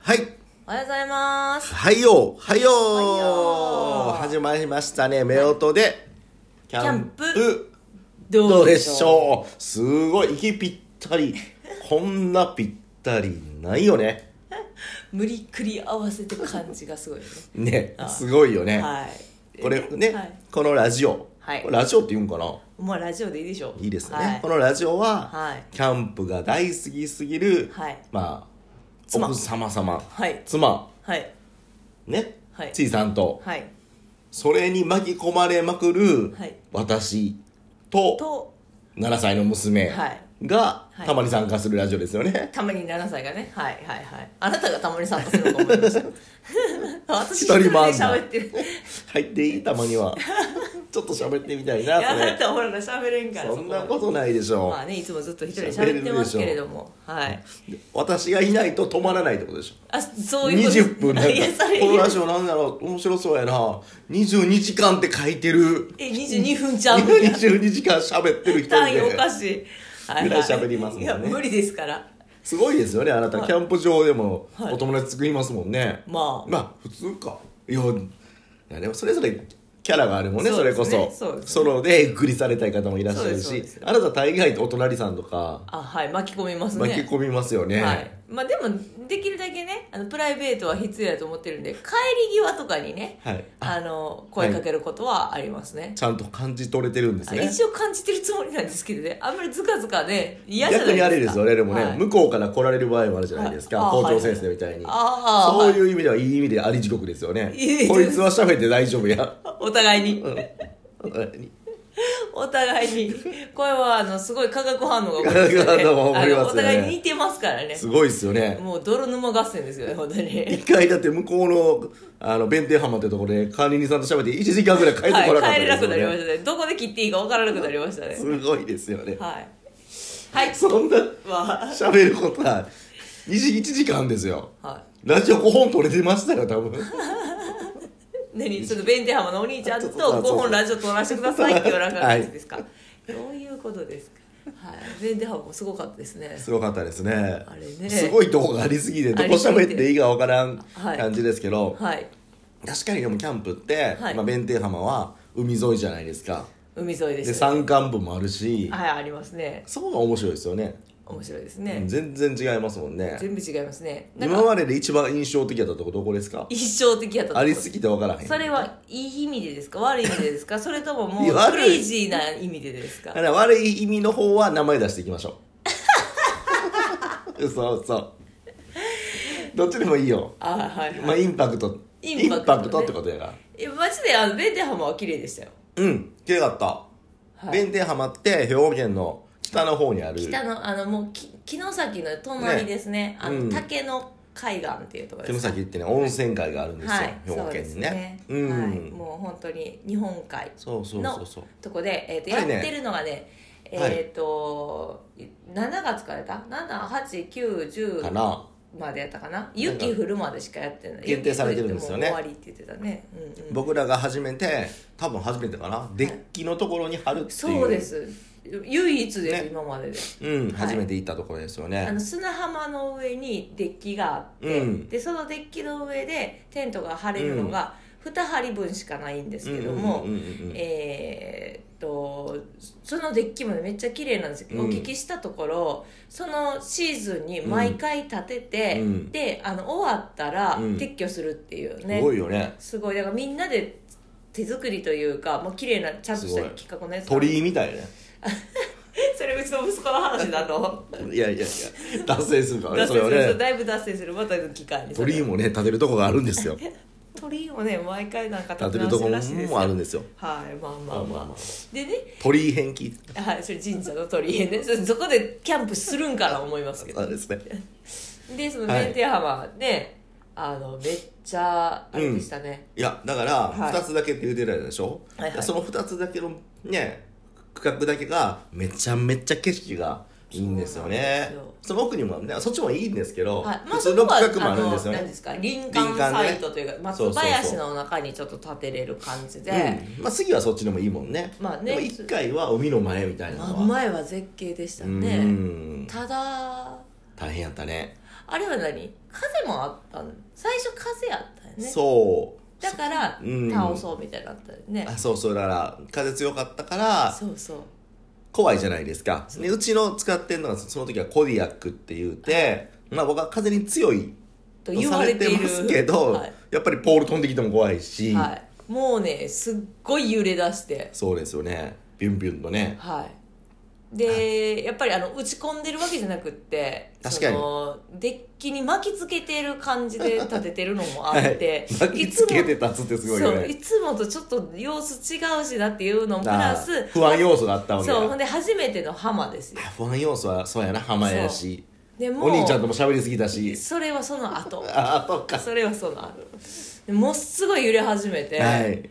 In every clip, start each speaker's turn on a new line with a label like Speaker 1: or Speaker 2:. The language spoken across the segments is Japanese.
Speaker 1: はい。
Speaker 2: おはようございます。
Speaker 1: はいよはいよ
Speaker 2: はよ
Speaker 1: 始まりましたね。目音で。キャン
Speaker 2: キャン
Speaker 1: プ。ど
Speaker 2: ど
Speaker 1: うでしょうすごい。息ぴったり。こんなぴったりないよね。
Speaker 2: う無理くり合わせて感じがすごいよ
Speaker 1: ね
Speaker 2: あ。
Speaker 1: すごいよ
Speaker 2: ね。
Speaker 1: ね。
Speaker 2: はい。
Speaker 1: これね、
Speaker 2: はい
Speaker 1: このラジオ。
Speaker 2: はい
Speaker 1: これラジオって言うんかな
Speaker 2: まあラジオでいいでしょう。
Speaker 1: いいですね、
Speaker 2: はい
Speaker 1: このラジオは、
Speaker 2: はい
Speaker 1: キャンプが大好きすぎる、
Speaker 2: はい
Speaker 1: まあ
Speaker 2: 妻
Speaker 1: 奥様様、
Speaker 2: はい
Speaker 1: 妻
Speaker 2: はい。
Speaker 1: ね、
Speaker 2: はい
Speaker 1: ちいさんと
Speaker 2: はい。
Speaker 1: それに巻き込まれまくる、
Speaker 2: はい
Speaker 1: 私と
Speaker 2: と、
Speaker 1: 7歳の娘
Speaker 2: はい
Speaker 1: が、
Speaker 2: はい
Speaker 1: たまに参加するラジオですよ ね、
Speaker 2: たまに7歳がね。はいはいはい。あなたがたまに参加するのか思い ました。私
Speaker 1: 一人もあんな
Speaker 2: 喋ってる。
Speaker 1: 入っていいたまに はちょっと喋ってみたい
Speaker 2: い
Speaker 1: な
Speaker 2: やあな
Speaker 1: そ
Speaker 2: たほら喋れんから
Speaker 1: れそんな
Speaker 2: こ
Speaker 1: ことないでしょう、
Speaker 2: まあねいつもずっと一人で喋ってますけれども。はい。
Speaker 1: 私がいないと止まらないってことでしょ
Speaker 2: あそういうこと
Speaker 1: 20分なんか
Speaker 2: いやそれ
Speaker 1: このラジオなんだろう面白そうやな22時間って書いてる
Speaker 2: え22分ちゃうもんね。
Speaker 1: 22時間喋 ってる人
Speaker 2: 単位
Speaker 1: で
Speaker 2: おかしい。 は
Speaker 1: ぐらい喋りますもんね
Speaker 2: いや無理ですから。
Speaker 1: すごいですよねあなた
Speaker 2: はい
Speaker 1: キャンプ場でも
Speaker 2: はい
Speaker 1: お友達作りますもんね
Speaker 2: まあ
Speaker 1: まあ普通かいやいやでもそれぞれキャラがあるもんねそ
Speaker 2: そうで
Speaker 1: れこ
Speaker 2: すね
Speaker 1: そ
Speaker 2: そうですね
Speaker 1: ソロでゆっくりされたい方もいらっしゃる
Speaker 2: そ
Speaker 1: し
Speaker 2: うですそうです
Speaker 1: あなた大概お隣さんとか
Speaker 2: あはい巻き込みますね
Speaker 1: 巻き込みますよね
Speaker 2: はいまあ、でもできるだけねあのプライベートは必要だと思ってるんで帰り際とかにね、
Speaker 1: はい
Speaker 2: あの声かけることはありますね、
Speaker 1: ちゃんと感じ取れてるんです
Speaker 2: あ
Speaker 1: ね
Speaker 2: 一応感じてるつもりなんですけどねあんまりずかずかね嫌じゃ
Speaker 1: 逆
Speaker 2: ないです
Speaker 1: に
Speaker 2: か
Speaker 1: あれですよねでもね、
Speaker 2: はい
Speaker 1: 向こうから来られる場合もあるじゃないですか
Speaker 2: ああ
Speaker 1: 校長先生みたいに、
Speaker 2: ああ
Speaker 1: そういう意味ではいい意味であり地獄ですよね
Speaker 2: いいです
Speaker 1: こいつは喋って大丈夫 や
Speaker 2: お互いに、
Speaker 1: う
Speaker 2: お互いにこれはあのすごい化学反応が起こりますよね
Speaker 1: 化学反応が起こりますよね
Speaker 2: あのお互いに似てますからね
Speaker 1: んすごいですよね
Speaker 2: もう泥沼合戦ですよね本当に
Speaker 1: 一回だって向こうのあの弁天浜ってところで管理人さんと喋って1時間ぐらい帰ってこなかった
Speaker 2: はい、帰れな
Speaker 1: です
Speaker 2: く
Speaker 1: よ
Speaker 2: な
Speaker 1: ね
Speaker 2: りましたねどこで切っていいか分からなくなりましたね
Speaker 1: すごいですよね
Speaker 2: はいはい
Speaker 1: そんな
Speaker 2: ま
Speaker 1: 喋ることは1時間ですよ
Speaker 2: あはい
Speaker 1: ラジオ5本取れてましたよ多分
Speaker 2: 何その弁天浜のお兄ちゃんと
Speaker 1: そうそうそう
Speaker 2: 5本ラジオ撮らせてくださいって言わなかったんですか、そういうことですかはい弁天浜もすごかったです ね
Speaker 1: すごかったですね
Speaker 2: あれね
Speaker 1: すごいとこがありすぎてどこ喋っていいかわからん
Speaker 2: はい
Speaker 1: 感じですけど、
Speaker 2: はい
Speaker 1: 確かにでもキャンプって、
Speaker 2: はい
Speaker 1: まあ、弁天浜は海沿いじゃないですか
Speaker 2: 海沿いで
Speaker 1: で
Speaker 2: したね
Speaker 1: 山間部もあるし
Speaker 2: はいありますね
Speaker 1: そこが面白いですよね
Speaker 2: 面白いですね
Speaker 1: 全然違いますもんね
Speaker 2: 全部違いますねなん
Speaker 1: 今
Speaker 2: か
Speaker 1: までで一番印象的だったとこどこですか
Speaker 2: 一生的やったとこ
Speaker 1: ありすぎてわからへん
Speaker 2: それはいい意味でですか悪い意味でですかそれともも
Speaker 1: いうや悪い
Speaker 2: クレイジーな意味でですか
Speaker 1: だから悪い意味の方は名前出していきましょ う嘘嘘どっちでもいいよ
Speaker 2: あはいはい、
Speaker 1: まあインパクト
Speaker 2: インパクトね
Speaker 1: ってことやから
Speaker 2: えマジであの弁天浜は綺麗でしたよ
Speaker 1: うんきれかった、
Speaker 2: はい
Speaker 1: 弁天浜って兵庫県の北の方にある
Speaker 2: 北のあのもうき城崎の隣ですねあの、
Speaker 1: うん
Speaker 2: 竹の海岸っていうところ
Speaker 1: 手
Speaker 2: で
Speaker 1: 羽
Speaker 2: す
Speaker 1: 先ってね温泉街があるんですよ、
Speaker 2: はい
Speaker 1: 兵庫
Speaker 2: そう
Speaker 1: 県
Speaker 2: です
Speaker 1: にねう
Speaker 2: はい、
Speaker 1: ん、
Speaker 2: もう本当に日本海
Speaker 1: そうそうそうそう
Speaker 2: とこで、えー、と
Speaker 1: は
Speaker 2: や
Speaker 1: いね
Speaker 2: ってるのがね、
Speaker 1: はい
Speaker 2: えっ、と7月からだ
Speaker 1: か
Speaker 2: 78910
Speaker 1: な
Speaker 2: までやったかな雪降るまでしかやってない
Speaker 1: 限定されてるんですよね
Speaker 2: 雪降っても終わりって言ってたね、うんうん、
Speaker 1: 僕らが初めて多分初めてかなデッキのところに貼るっていう
Speaker 2: そうです唯一です、
Speaker 1: ね
Speaker 2: 今までで
Speaker 1: うん、
Speaker 2: い
Speaker 1: 初めて行ったところですよね
Speaker 2: あの砂浜の上にデッキがあって、
Speaker 1: うん
Speaker 2: でそのデッキの上でテントが張れるのが2張分しかないんですけども
Speaker 1: うんうんうんうんうん
Speaker 2: えーっとそのデッキもめっちゃ綺麗なんですけど、
Speaker 1: うん
Speaker 2: お聞きしたところそのシーズンに毎回建てて、
Speaker 1: うん
Speaker 2: であの終わったら
Speaker 1: うん
Speaker 2: 撤去するっていうね、
Speaker 1: すごいよね
Speaker 2: すごいだからみんなで手作りというかもう綺麗なちゃんとし
Speaker 1: す
Speaker 2: た
Speaker 1: ごい
Speaker 2: 企画のやつ
Speaker 1: 鳥居みたいね
Speaker 2: それうちの息子の話 なの
Speaker 1: いやいやいや達成するからね
Speaker 2: 脱
Speaker 1: そ
Speaker 2: 線
Speaker 1: れ
Speaker 2: す
Speaker 1: は
Speaker 2: る、
Speaker 1: ね
Speaker 2: だいぶ脱線するまたの機会に
Speaker 1: 鳥居もね建てるとこがあるんです よ
Speaker 2: 鳥居もね毎回なんか
Speaker 1: 建
Speaker 2: 立
Speaker 1: て
Speaker 2: て
Speaker 1: ると
Speaker 2: 直し
Speaker 1: こ
Speaker 2: てるらしいですよ
Speaker 1: もあるんですよ
Speaker 2: はいまあまあまあ,、
Speaker 1: まあまあま
Speaker 2: でね
Speaker 1: 鳥居変記
Speaker 2: はいそれ神社の鳥 居ねそそこでキャンプするんかな思いますけど
Speaker 1: そうですね
Speaker 2: でその弁天浜ね、あのめっちゃあれでしたね、
Speaker 1: いやだから
Speaker 2: はい
Speaker 1: 2つだけって言うてるでしょ、
Speaker 2: はいはい
Speaker 1: その2つだけのね区画だけがめちゃめちゃ景色がいいんですよね
Speaker 2: そう
Speaker 1: そ
Speaker 2: なんです
Speaker 1: の奥にもねそっちもいいんですけど、
Speaker 2: はい
Speaker 1: 普通の区
Speaker 2: そ
Speaker 1: 画
Speaker 2: こ
Speaker 1: も
Speaker 2: は
Speaker 1: あるんですよ
Speaker 2: あの何
Speaker 1: ね
Speaker 2: ですか林間サイトというか
Speaker 1: そうそ
Speaker 2: 松
Speaker 1: うそう
Speaker 2: 林の中にちょっと建てれる感じで
Speaker 1: うんまあ、次はそっちでもいいもんね,、
Speaker 2: まあ
Speaker 1: で
Speaker 2: ね
Speaker 1: も1回は海の前みたいなのは、
Speaker 2: 真ん前は絶景でした
Speaker 1: う
Speaker 2: ね
Speaker 1: ん
Speaker 2: ただ
Speaker 1: 大変やったね
Speaker 2: あれは何風もあったの最初風やったよね
Speaker 1: そう
Speaker 2: だから
Speaker 1: うん
Speaker 2: 倒そうみたいになったよね
Speaker 1: あそうそうだから風強かったから
Speaker 2: そうそう
Speaker 1: 怖いじゃないですかでうちの使ってるのがその時はコディアックって言うて、まあ、僕は風に強い
Speaker 2: と
Speaker 1: と
Speaker 2: 言
Speaker 1: さ
Speaker 2: われ
Speaker 1: れ
Speaker 2: て
Speaker 1: て
Speaker 2: いる
Speaker 1: ますけど、
Speaker 2: はい
Speaker 1: やっぱりポール飛んできても怖いし、
Speaker 2: はい、もうねすっごい揺れ出して
Speaker 1: そうですよねビュンビュンとね
Speaker 2: はいでやっぱりあの打ち込んでるわけじゃなくって
Speaker 1: 確かに
Speaker 2: そのデッキに巻きつけてる感じで 立ててるのもあって、
Speaker 1: はい巻きつけて
Speaker 2: いつも
Speaker 1: 立つってすごいよ
Speaker 2: そうい
Speaker 1: ね
Speaker 2: つもとちょっと様子違うしなっていうのもプラ
Speaker 1: あ
Speaker 2: ス
Speaker 1: ー不安要素があったわけだ
Speaker 2: そうほんで初めての浜ですよ
Speaker 1: あ不安要素はそうやな浜やし
Speaker 2: でも
Speaker 1: お兄ちゃんとも喋りすぎたし
Speaker 2: それはその後
Speaker 1: ああそっか
Speaker 2: それはその後でもうすごい揺れ始めて、
Speaker 1: はい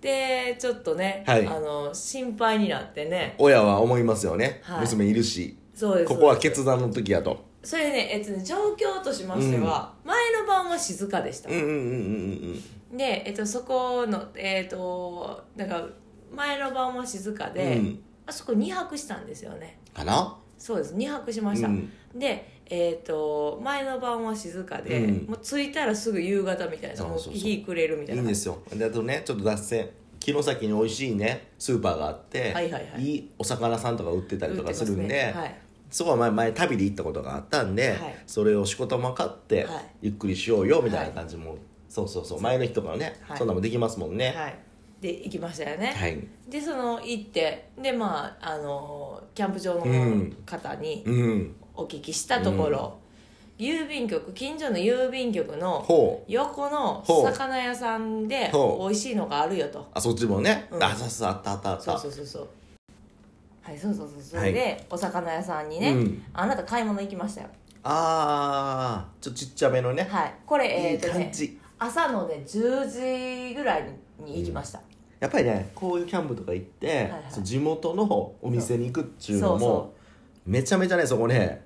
Speaker 2: でちょっとね、
Speaker 1: はい
Speaker 2: あの心配になってね
Speaker 1: 親は思いますよね、
Speaker 2: はい
Speaker 1: 娘いるし
Speaker 2: そうです
Speaker 1: ここは
Speaker 2: そうです
Speaker 1: 決断の時やと
Speaker 2: それね,、えっと、ね状況としましては、前の晩は静かでした、
Speaker 1: うんうんうんうん
Speaker 2: で、えっと、そこのえっとなんか前の晩は静か
Speaker 1: うんう
Speaker 2: で、
Speaker 1: ん
Speaker 2: あそこ2泊したんですよね
Speaker 1: かな
Speaker 2: そうです2泊しました、
Speaker 1: うん
Speaker 2: でえっと前の晩は静かで、
Speaker 1: うん
Speaker 2: もう着いたらすぐ夕方みたいな
Speaker 1: そう
Speaker 2: もう
Speaker 1: そうそう
Speaker 2: 日暮れるみた
Speaker 1: い
Speaker 2: い
Speaker 1: い
Speaker 2: なん
Speaker 1: ですよであとねちょっと脱線城崎に美味しいねスーパーがあって、
Speaker 2: はいはいはい
Speaker 1: いお魚さんとか売ってたりとかするんで、
Speaker 2: 売ってますね
Speaker 1: そこは前前旅で行ったことがあったんで、
Speaker 2: はい
Speaker 1: それをしこたま買って、
Speaker 2: はい
Speaker 1: ゆっくりしようよみたいな感じも、そうそうそう前の日とかね、
Speaker 2: はい
Speaker 1: そんなもんできますもんね
Speaker 2: はい、はい、で行きましたよね、
Speaker 1: はい、
Speaker 2: でその行ってでまああのキャンプ場の
Speaker 1: うん
Speaker 2: 方に
Speaker 1: うん
Speaker 2: お聞きしたところ、郵便局近所の郵便局の
Speaker 1: ほう
Speaker 2: 横の
Speaker 1: ほう
Speaker 2: 魚屋さんで
Speaker 1: ほう
Speaker 2: 美味しいのがあるよと
Speaker 1: あそっちもね、
Speaker 2: うん
Speaker 1: あそうそうあったあったあった
Speaker 2: そうそうそうそうはいそうそうそうそれで、
Speaker 1: は
Speaker 2: お魚屋さんにね、
Speaker 1: うん
Speaker 2: あなた買い物行きましたよ
Speaker 1: あーちょっとちっちゃめのね、
Speaker 2: はいこれ
Speaker 1: い、い
Speaker 2: えーと
Speaker 1: 感
Speaker 2: ね
Speaker 1: じ、
Speaker 2: 朝のね10時ぐらいに行きました、
Speaker 1: やっぱりねこういうキャンプとか行って、
Speaker 2: いはい
Speaker 1: その地元のお店に行くっちゅうの
Speaker 2: そう
Speaker 1: も
Speaker 2: そ
Speaker 1: めちゃめちゃねそこね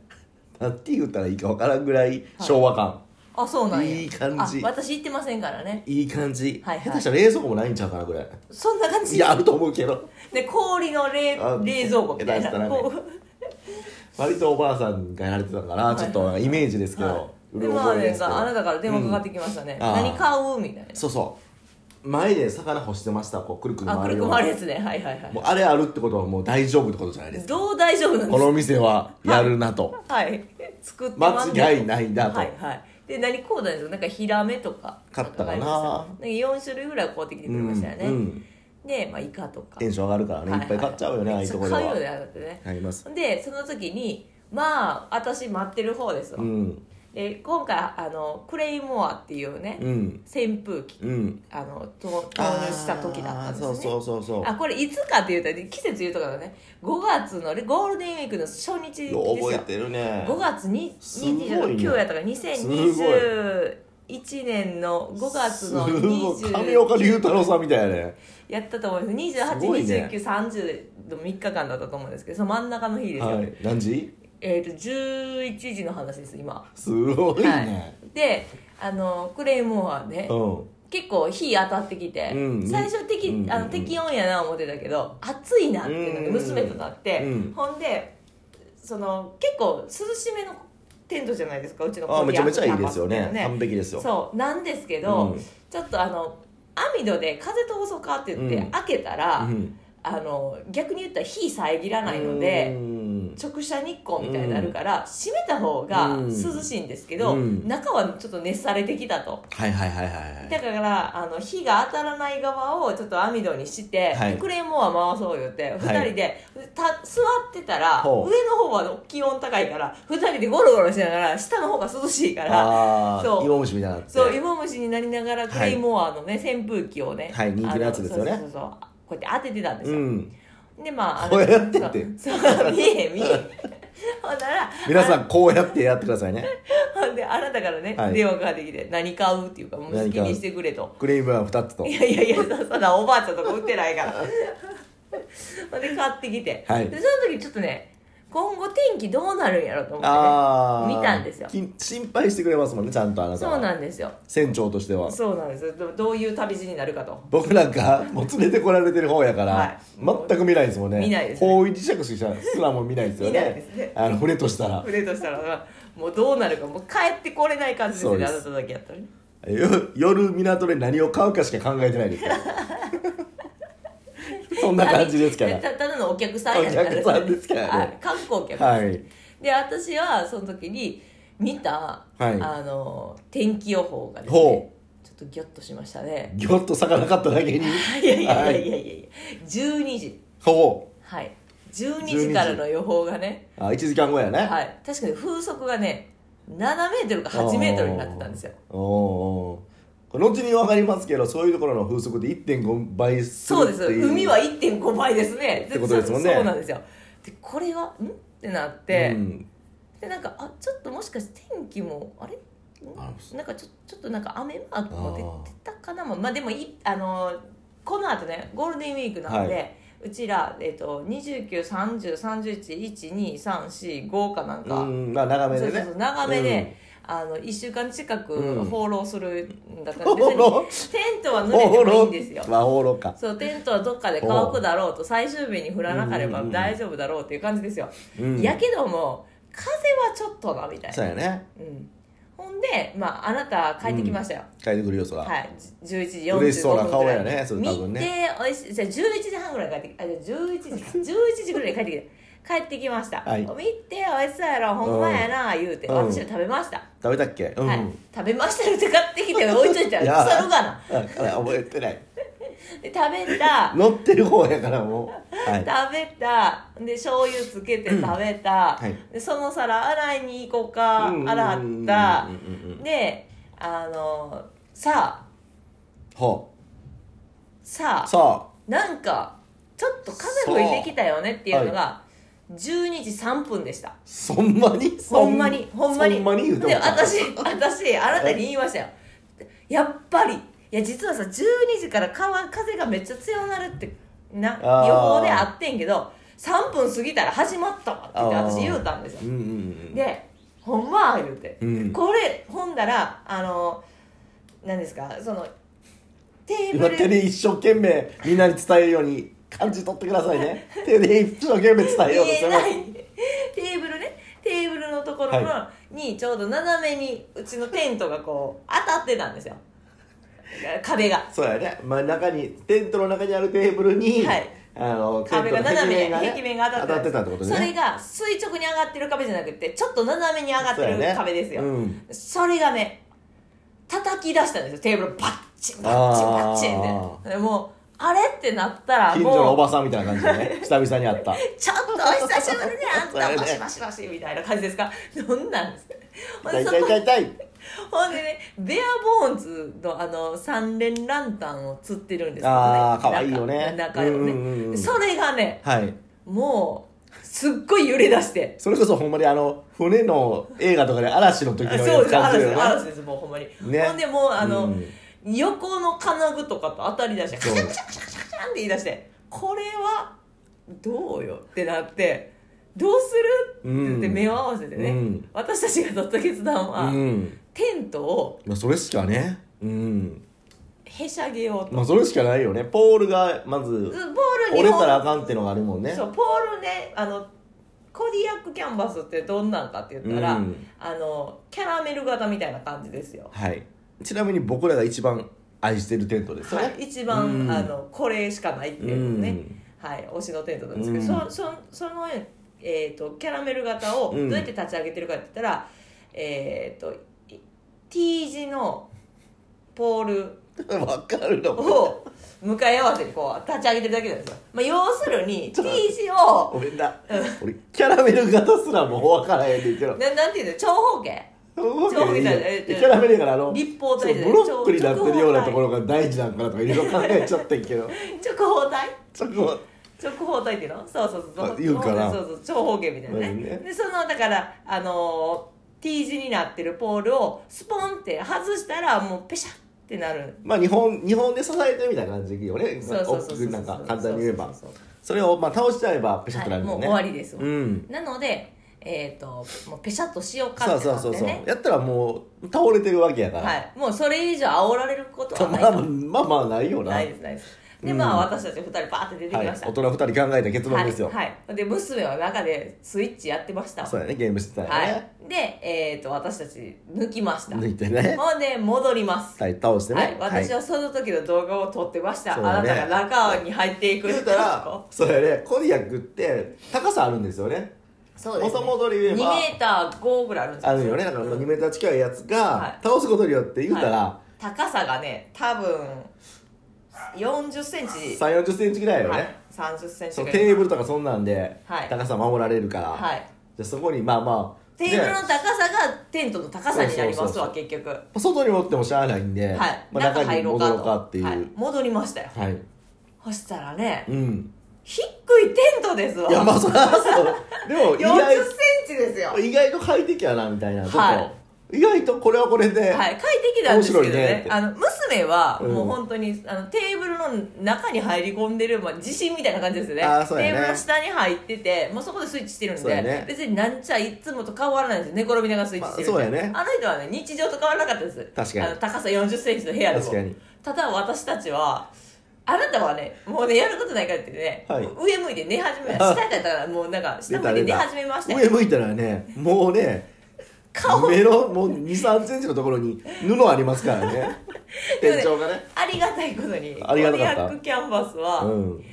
Speaker 1: なんて言ったらいいかわからんぐらい昭和感、
Speaker 2: あそうなんや
Speaker 1: いい感じ
Speaker 2: あ私行ってませんからね
Speaker 1: い、い感じ、
Speaker 2: はいはい
Speaker 1: 下手したら冷蔵庫もないんちゃうかなぐらい
Speaker 2: そんな感じ
Speaker 1: いやあると思うけど
Speaker 2: で氷の冷
Speaker 1: あ
Speaker 2: 冷蔵庫みたいな
Speaker 1: 下手したらね
Speaker 2: こう
Speaker 1: 割とおばあさんがやられてたから、
Speaker 2: い
Speaker 1: ちょっとイメージですけど、う
Speaker 2: で
Speaker 1: る
Speaker 2: まあ
Speaker 1: 覚え
Speaker 2: ね
Speaker 1: ですけど
Speaker 2: あなたから電話かかってきましたね、
Speaker 1: うんあー
Speaker 2: 何買うみたいな
Speaker 1: そうそう前で魚干してましたこうくるくる
Speaker 2: あこ
Speaker 1: 回
Speaker 2: れ
Speaker 1: るよう
Speaker 2: 困
Speaker 1: な
Speaker 2: るやつねはいはいは
Speaker 1: もうあれあるってことはもう大丈夫ってことじゃないで
Speaker 2: い
Speaker 1: すか
Speaker 2: どう大丈夫なんで
Speaker 1: こ
Speaker 2: す
Speaker 1: の店はやるなと、
Speaker 2: かはい作ってます
Speaker 1: 間違いないなと、
Speaker 2: はいはいで何こうなんですよなんかヒラメとか
Speaker 1: 買ったかな
Speaker 2: 買いましたなんか4種類ぐらい買うてきてくれましたよね、
Speaker 1: うんうん
Speaker 2: で、まあ、イカとか
Speaker 1: テンション上がるからね、
Speaker 2: はい
Speaker 1: いっぱい買っちゃうよねああいうところ
Speaker 2: 買うよね
Speaker 1: は
Speaker 2: あれってね
Speaker 1: 買います
Speaker 2: でその時にまあ私待ってる方ですわ、
Speaker 1: うん
Speaker 2: で今回あのクレイモアっていうね、
Speaker 1: うん
Speaker 2: 扇風機
Speaker 1: うん
Speaker 2: あのと投入した時だったんですね
Speaker 1: あーそうそうそうそう
Speaker 2: あこれいつかって言うたら季節言うとかだね5月のねゴールデンウィークの初日ですよ
Speaker 1: 覚えてるね
Speaker 2: 5月に
Speaker 1: すごいね
Speaker 2: 29やったから2021年の5月の
Speaker 1: すごい上
Speaker 2: 20
Speaker 1: 岡龍太郎さんみたいやね
Speaker 2: やったと思います
Speaker 1: すごいね
Speaker 2: 282930の3日間だったと思うんですけどその真ん中の日ですよ、
Speaker 1: はい何時
Speaker 2: えっ、と11時の話です今
Speaker 1: すごいね、
Speaker 2: はい、であのクレイモアね、
Speaker 1: うん
Speaker 2: 結構火当たってきて、
Speaker 1: うん
Speaker 2: 最初適,、
Speaker 1: うん
Speaker 2: あ
Speaker 1: う
Speaker 2: の
Speaker 1: ん
Speaker 2: 適温やな思ってたけど暑いなっていうので
Speaker 1: うん
Speaker 2: 娘となって、
Speaker 1: うん
Speaker 2: ほんでその結構涼しめのテントじゃないですかうちの
Speaker 1: あめちゃめちゃいいですよ
Speaker 2: コ
Speaker 1: ね
Speaker 2: ーヒーハウスっていうの
Speaker 1: 完璧ですよ
Speaker 2: そうなんですけど、
Speaker 1: うん
Speaker 2: ちょっとあの網戸で風通そうかって言って、
Speaker 1: うん
Speaker 2: 開けたら、
Speaker 1: うん
Speaker 2: あの逆に言ったら火遮らないので。
Speaker 1: うん
Speaker 2: 直射日光みたいになるから、閉めた方が涼しいんですけど、
Speaker 1: うん
Speaker 2: 中はちょっと熱されてきたと、
Speaker 1: はいはいはいはいは
Speaker 2: だ
Speaker 1: い
Speaker 2: からあの火が当たらない側をちょっと網戸にして、
Speaker 1: はい
Speaker 2: クレームは回そうよって二
Speaker 1: はい
Speaker 2: 人で、た座ってたら上の
Speaker 1: ほう
Speaker 2: 方は気温高いから二人でゴロゴロしながら下の方が涼しいから。
Speaker 1: あ
Speaker 2: そ
Speaker 1: あ
Speaker 2: う
Speaker 1: 芋虫みたいになって
Speaker 2: そう、芋虫になりながら、クレイモアのね、扇風機をね。
Speaker 1: はい人気のやつですよね
Speaker 2: あのそうそうそうそうこうやって当ててたんです
Speaker 1: う
Speaker 2: よ。
Speaker 1: ん
Speaker 2: で、まああの、
Speaker 1: こうやってって
Speaker 2: そう、見えへん、見えへん。ほんなら、
Speaker 1: 皆さんこうやってやってくださいね
Speaker 2: ほんで、あなたからね、
Speaker 1: はい
Speaker 2: 電話かかってきて、何買うっていうか、もう好きにしてくれと。
Speaker 1: クレームは2つと
Speaker 2: いやいやいや、そそんなおばあちゃんとか売ってないから。 ほんで、買ってきて。
Speaker 1: はい
Speaker 2: で、その時ちょっとね、今後天気どうなるんやろと思って、ね。
Speaker 1: ああ
Speaker 2: 見たんですよ
Speaker 1: 心配してくれますもんねちゃんとあなたは
Speaker 2: そうなんですよ。
Speaker 1: 船長としては
Speaker 2: そうなんですよ。どどういう旅路になるかと。
Speaker 1: 僕なんかもう連れてこられてる方やから、
Speaker 2: はい
Speaker 1: 全く見ないですもんね
Speaker 2: 見ないですね
Speaker 1: 方位磁石しかすらも見ないですよね
Speaker 2: 見ないですね
Speaker 1: あの船としたら
Speaker 2: 船としたら、もうどうなるかもう帰ってこれない感じです
Speaker 1: そう
Speaker 2: よ
Speaker 1: で
Speaker 2: ね
Speaker 1: す
Speaker 2: あなただけやったらね
Speaker 1: よ夜港で何を買うかしか考えてないです からそんな感じですから
Speaker 2: たただのお客さんやか
Speaker 1: お
Speaker 2: ら
Speaker 1: 客さんですからね
Speaker 2: はい、観光客、
Speaker 1: はい
Speaker 2: で私はその時に見た、
Speaker 1: はい
Speaker 2: あの天気予報がですね
Speaker 1: ほ
Speaker 2: ちょっとギョッとしましたね
Speaker 1: ぎょっと咲かなかっただけに
Speaker 2: いやいやいやい
Speaker 1: はい
Speaker 2: やいやいや12時
Speaker 1: ほ
Speaker 2: はい12時からの予報がね、
Speaker 1: うあ1時間後やね、
Speaker 2: はい、確かに風速がね7メートルか8メートルになってたんですよ
Speaker 1: おーおーこれ後に分かりますけどそういうところの風速で1.5倍する
Speaker 2: そうで
Speaker 1: って
Speaker 2: す
Speaker 1: いう
Speaker 2: 海は1.5倍ですね
Speaker 1: ってことですもんね
Speaker 2: そうなんですよでこれはんってなって、
Speaker 1: うん
Speaker 2: でなんかあちょっともしかして天気もあれん
Speaker 1: あ
Speaker 2: なんかちょちょっとなんか雨マークも出てたかなもまあでもいあのーこの後ねゴールデンウィークなので、
Speaker 1: は
Speaker 2: うちら、えっと2930311234かなんか、
Speaker 1: うんまあ長め
Speaker 2: そ
Speaker 1: で
Speaker 2: うそう
Speaker 1: ね
Speaker 2: そう長めで、あの1週間近く
Speaker 1: うん
Speaker 2: 放浪するんだから、
Speaker 1: 放
Speaker 2: 別に
Speaker 1: 浪
Speaker 2: テントは
Speaker 1: うん
Speaker 2: 濡れてもいいんですよ
Speaker 1: まあ放浪か
Speaker 2: そうテントはどっかで乾くだろうと最終日に降らなければ
Speaker 1: うんうんうん
Speaker 2: 大丈夫だろうっていう感じですよ、
Speaker 1: うん
Speaker 2: やけども風はちょっとなみたい
Speaker 1: そう
Speaker 2: な、
Speaker 1: やね
Speaker 2: うん、ほんで、まあ、あなた帰ってきましたよ、
Speaker 1: 帰ってくる要素は、
Speaker 2: はい、11時45分ぐらい
Speaker 1: 嬉しそうな顔やねそれ
Speaker 2: 見
Speaker 1: 多
Speaker 2: て
Speaker 1: 分ね
Speaker 2: おいしいじゃあ11時半ぐらいに帰ってきあじゃあ11 時か11時ぐらいに帰ってきて帰ってきました、
Speaker 1: はい
Speaker 2: 見ておいしそうやろほんまやな言うて、
Speaker 1: うん
Speaker 2: 私は食べました、
Speaker 1: 食べたっけうん、
Speaker 2: はい、食べましたよって買ってきて置いといた
Speaker 1: い
Speaker 2: ら
Speaker 1: や
Speaker 2: 腐るがな
Speaker 1: あ覚えてない
Speaker 2: で食べた
Speaker 1: 乗ってる方やからもうはい
Speaker 2: 食べたで醤油つけて食べた、
Speaker 1: はい
Speaker 2: でその皿洗いに行こうか
Speaker 1: うんうんうん
Speaker 2: 洗った
Speaker 1: うんうんうん
Speaker 2: であのさあ
Speaker 1: ほ
Speaker 2: さ
Speaker 1: う
Speaker 2: あ
Speaker 1: さ
Speaker 2: なんかちょっと風吹いてきたよねっていうのが、12時3分でした
Speaker 1: あそんまに
Speaker 2: ほんまにほんまに
Speaker 1: ほんまに言うても
Speaker 2: で私私あなたに言いましたよやっぱりいや実はさ12時から川風がめっちゃ強なるってな予
Speaker 1: あー
Speaker 2: 報であってんけど3分過ぎたら始まったわって言って私言うたんですよ
Speaker 1: うんうんうん
Speaker 2: で「ほんま?」言うて、
Speaker 1: うん
Speaker 2: これほんだらあの何ですかそのテーブ
Speaker 1: 今
Speaker 2: ル
Speaker 1: 手で一生懸命みんなに伝えるように感じ取ってくださいね手で一生懸命伝えようとして
Speaker 2: 見え
Speaker 1: ま
Speaker 2: な
Speaker 1: す
Speaker 2: いテーブルねテーブルのところの、にちょうど斜めにうちのテントがこう当たってたんですよ壁が
Speaker 1: そうやね、まあ、中にテントの中にあるテーブルに、
Speaker 2: はい
Speaker 1: あのテン
Speaker 2: 壁
Speaker 1: ト
Speaker 2: が
Speaker 1: の
Speaker 2: 斜めに
Speaker 1: ね
Speaker 2: 壁面が当た
Speaker 1: 当た
Speaker 2: って
Speaker 1: ってたってことね
Speaker 2: それが垂直に上がってる壁じゃなくてちょっと斜めに上がっ
Speaker 1: そうや
Speaker 2: てる
Speaker 1: ね
Speaker 2: 壁ですよそ,、
Speaker 1: うん
Speaker 2: れがね叩き出したんですよテーブルバッチンバッチンバッチン
Speaker 1: あ
Speaker 2: ってでもうあれってなったら
Speaker 1: 近所の
Speaker 2: も
Speaker 1: お
Speaker 2: う
Speaker 1: ばさんみたいな感じでね久々に会 った
Speaker 2: ちょっとお久しぶりねあん
Speaker 1: そうや
Speaker 2: た
Speaker 1: ね
Speaker 2: バシバシバシみたいな感じですかどんなんですかほん
Speaker 1: 痛
Speaker 2: で
Speaker 1: い
Speaker 2: そ
Speaker 1: 痛い
Speaker 2: こ
Speaker 1: 痛い痛い
Speaker 2: ほんでねベアボーンズのあの三連ランタンを釣ってるんですけどね
Speaker 1: あー可愛いよね
Speaker 2: 中中
Speaker 1: うん
Speaker 2: をね、
Speaker 1: うんうん
Speaker 2: それがね
Speaker 1: はい
Speaker 2: もうすっごい揺れ出して
Speaker 1: それこそほんまにあの船の映画とかで嵐の時の
Speaker 2: あ
Speaker 1: や
Speaker 2: そうで
Speaker 1: つ
Speaker 2: す
Speaker 1: 感
Speaker 2: 嵐
Speaker 1: じ
Speaker 2: で
Speaker 1: る
Speaker 2: す
Speaker 1: よ
Speaker 2: 嵐
Speaker 1: ね
Speaker 2: ですもうほんまに、
Speaker 1: ね
Speaker 2: ほんでもうあの、
Speaker 1: うん
Speaker 2: 横の金具とかと当たり出してカ
Speaker 1: そ
Speaker 2: シ
Speaker 1: う
Speaker 2: ャンカシャンカシャンカシャンカシャンって言い出してこれはどうよってなってどうするって言って
Speaker 1: うん
Speaker 2: 目を合わせてね、
Speaker 1: うん
Speaker 2: 私たちが取った決断は、
Speaker 1: うん
Speaker 2: テントを
Speaker 1: まあそれしかねうん
Speaker 2: へしゃげようと、
Speaker 1: まあそれしかないよねポールがまず
Speaker 2: ボール
Speaker 1: 折
Speaker 2: に
Speaker 1: れたらあかんっていうのがあるもんね
Speaker 2: そうポールねあのコディアックキャンバスってどんなんかって言ったら、
Speaker 1: うん
Speaker 2: あのキャラメル型みたいな感じですよ、
Speaker 1: はいちなみに僕らが一番愛してるテントですよ
Speaker 2: は
Speaker 1: ね
Speaker 2: い、一番、
Speaker 1: うん
Speaker 2: あのこれしかないっていうね、
Speaker 1: うん
Speaker 2: はい推しのテントなんですけど、
Speaker 1: う
Speaker 2: そそその、えー、とキャラメル型をどうやって立ち上げてるかって言ったら、えっ、とい T 字のポール
Speaker 1: わかるの
Speaker 2: を向かい合わせにこう立ち上げてるだけなんですよ、まあ、要するに T 字を
Speaker 1: 俺な俺キャラメル型すらもう分からへんねんけど
Speaker 2: ななんていうの長方形
Speaker 1: そう
Speaker 2: 長方形じゃない
Speaker 1: いいやキャラメルやからあの
Speaker 2: 立方体じゃな
Speaker 1: そ
Speaker 2: いう
Speaker 1: ブロックになってるようなところが大事なんかなとかいろいろ考えちゃってんけど
Speaker 2: 直方体
Speaker 1: ちょっと
Speaker 2: 直方体っていうのそうそうそう
Speaker 1: あ言うかな
Speaker 2: そうそう長方形みたいなね,、
Speaker 1: うんね
Speaker 2: でそのだからあのー T 字になってるポールをスポンって外したらもうペシャってなる
Speaker 1: まあ日本日本で支えてるみたいな感じよね
Speaker 2: そうそうそうそう
Speaker 1: 大きくなんか簡単に言えば
Speaker 2: そうそうそう
Speaker 1: それをまあ倒しちゃえばペシャッとな
Speaker 2: はい
Speaker 1: る
Speaker 2: も
Speaker 1: も
Speaker 2: うん終
Speaker 1: ね
Speaker 2: わりです、
Speaker 1: うん
Speaker 2: なのでえっ、ともうペシャッとしようか
Speaker 1: そ
Speaker 2: っ
Speaker 1: う
Speaker 2: て
Speaker 1: そ
Speaker 2: な
Speaker 1: う
Speaker 2: って
Speaker 1: そ
Speaker 2: ね
Speaker 1: うそうやったらもう倒れてるわけやから
Speaker 2: はいもうそれ以上煽られることはない
Speaker 1: まあまあまあまあないよな
Speaker 2: ないですないですでまあ私たち2人パーって出てき
Speaker 1: はい、
Speaker 2: ま
Speaker 1: 大
Speaker 2: した、
Speaker 1: 人2人考えた結論ですよ、
Speaker 2: はい、はい、で娘は中でスイッチやってましたわ
Speaker 1: そうやねゲームしてたよね、
Speaker 2: はいで、えー、と私たち抜きました
Speaker 1: 抜いてね
Speaker 2: ほんで戻ります
Speaker 1: はい倒してね、
Speaker 2: はい、私はその時の動画を撮ってました、
Speaker 1: そうだ
Speaker 2: あ
Speaker 1: ね
Speaker 2: なたが中に入っていく
Speaker 1: 言うたらそうやねコディアックって高さあるんですよね
Speaker 2: そうです、ね、
Speaker 1: 元々で言えば
Speaker 2: 2メーター5ぐらいあるんです
Speaker 1: あるよねだから2メーター近いやつ
Speaker 2: は
Speaker 1: が
Speaker 2: い
Speaker 1: 倒すことによって言うたら、
Speaker 2: 高さがね多分40センチ
Speaker 1: 3 4 0センチぐらいよね、
Speaker 2: はい、30センチ
Speaker 1: そ
Speaker 2: ぐ
Speaker 1: の
Speaker 2: らい
Speaker 1: テーブルとかそんなんで
Speaker 2: はい
Speaker 1: 高さ守られるから、
Speaker 2: はい
Speaker 1: じゃあそこにまあまあ
Speaker 2: テーブルの
Speaker 1: ね
Speaker 2: 高さがテントの高さになり
Speaker 1: そうそう
Speaker 2: ま
Speaker 1: そ
Speaker 2: す
Speaker 1: うそ
Speaker 2: わ
Speaker 1: う
Speaker 2: 結局はい、
Speaker 1: 外に持ってもしゃあないんで、まあ、中に戻ろうかっていう、は
Speaker 2: はいい、戻りましたよ
Speaker 1: はい、
Speaker 2: そしたらね
Speaker 1: うん
Speaker 2: 低いテントですわ
Speaker 1: いやまあそりゃそうでも意
Speaker 2: 40セン
Speaker 1: 外
Speaker 2: チですよ
Speaker 1: 意外と快適やなみたいなとこ、
Speaker 2: は
Speaker 1: 意外とこれはこれで、
Speaker 2: はい、快適なんですけ
Speaker 1: 面白
Speaker 2: どね
Speaker 1: いねって
Speaker 2: あの娘は
Speaker 1: うん
Speaker 2: もう本当に、あのテーブルの中に入り込んでる、まあ、地震みたいな感じですよね
Speaker 1: あーそうやね
Speaker 2: テーブルの下に入っててもうそこでスイッチしてるん
Speaker 1: そう
Speaker 2: で、
Speaker 1: やね
Speaker 2: 別になんちゃいつもと変わらないんですよ寝転びながらスイッチしてるん
Speaker 1: ま
Speaker 2: で、
Speaker 1: あそうやね
Speaker 2: あの人はね日常と変わらなかったです
Speaker 1: 確かに
Speaker 2: あの高さ4 0ンチの部屋でも
Speaker 1: 確かに
Speaker 2: ただ私たちはあなたはねもうねやることないからってね、
Speaker 1: はい
Speaker 2: 上向いて寝始め下やったからもうなんか下向いて寝始めましたよ
Speaker 1: 上向いたらねもうね
Speaker 2: 顔
Speaker 1: 目のもう2 3センチのところに布ありますから ね天井がね
Speaker 2: ありがたいことに
Speaker 1: ありがたかった
Speaker 2: コニャックキャンバスは、
Speaker 1: うん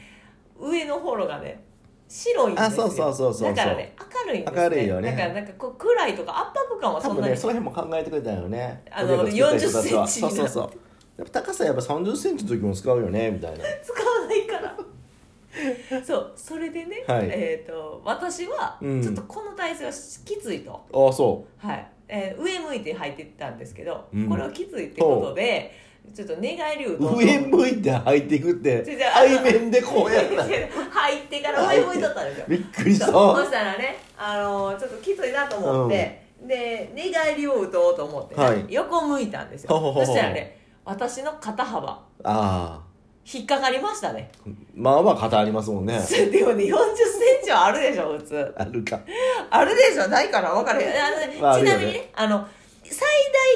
Speaker 2: 上の方がね白いんですよ
Speaker 1: あそうそうそうそうそう
Speaker 2: だからね明るいんです、ね、
Speaker 1: 明るいよね
Speaker 2: だからなんかこう暗いとか圧迫感は
Speaker 1: 多
Speaker 2: そん
Speaker 1: 分
Speaker 2: な
Speaker 1: ね
Speaker 2: に
Speaker 1: その辺も考えてくれたよね
Speaker 2: あの
Speaker 1: ポケット作った人たちは
Speaker 2: 40センチ
Speaker 1: そうそうそうやっぱ高さやっぱ3 0センチの時も使うよねみたいな
Speaker 2: 使わないから そうそれでね、
Speaker 1: はい
Speaker 2: えー、と私は
Speaker 1: うん
Speaker 2: ちょっとこの体勢はきついと、
Speaker 1: ああそ
Speaker 2: はいえー上向いて入ってったんですけど、
Speaker 1: うん
Speaker 2: これはきついってことでちょっと寝返りを
Speaker 1: う上向いて入っていく って
Speaker 2: 違う違う
Speaker 1: 背面でこうやったら
Speaker 2: 入ってから上向いとったんですよ
Speaker 1: びっくりした
Speaker 2: そうそしたらね、あのーちょっときついなと思って、で寝返りを打とうと思ってね、
Speaker 1: はい
Speaker 2: 横向いたんですよ
Speaker 1: ほほほほ
Speaker 2: そしたらね私の肩幅
Speaker 1: ああ
Speaker 2: 引っかかりましたね
Speaker 1: まあまあ肩ありますもんね
Speaker 2: でもね4 0ンチはあるでしょ普通
Speaker 1: あるか
Speaker 2: あるでしょないかな分からへんあのね
Speaker 1: まああ
Speaker 2: ち
Speaker 1: るよ
Speaker 2: な
Speaker 1: ね
Speaker 2: みにねあの最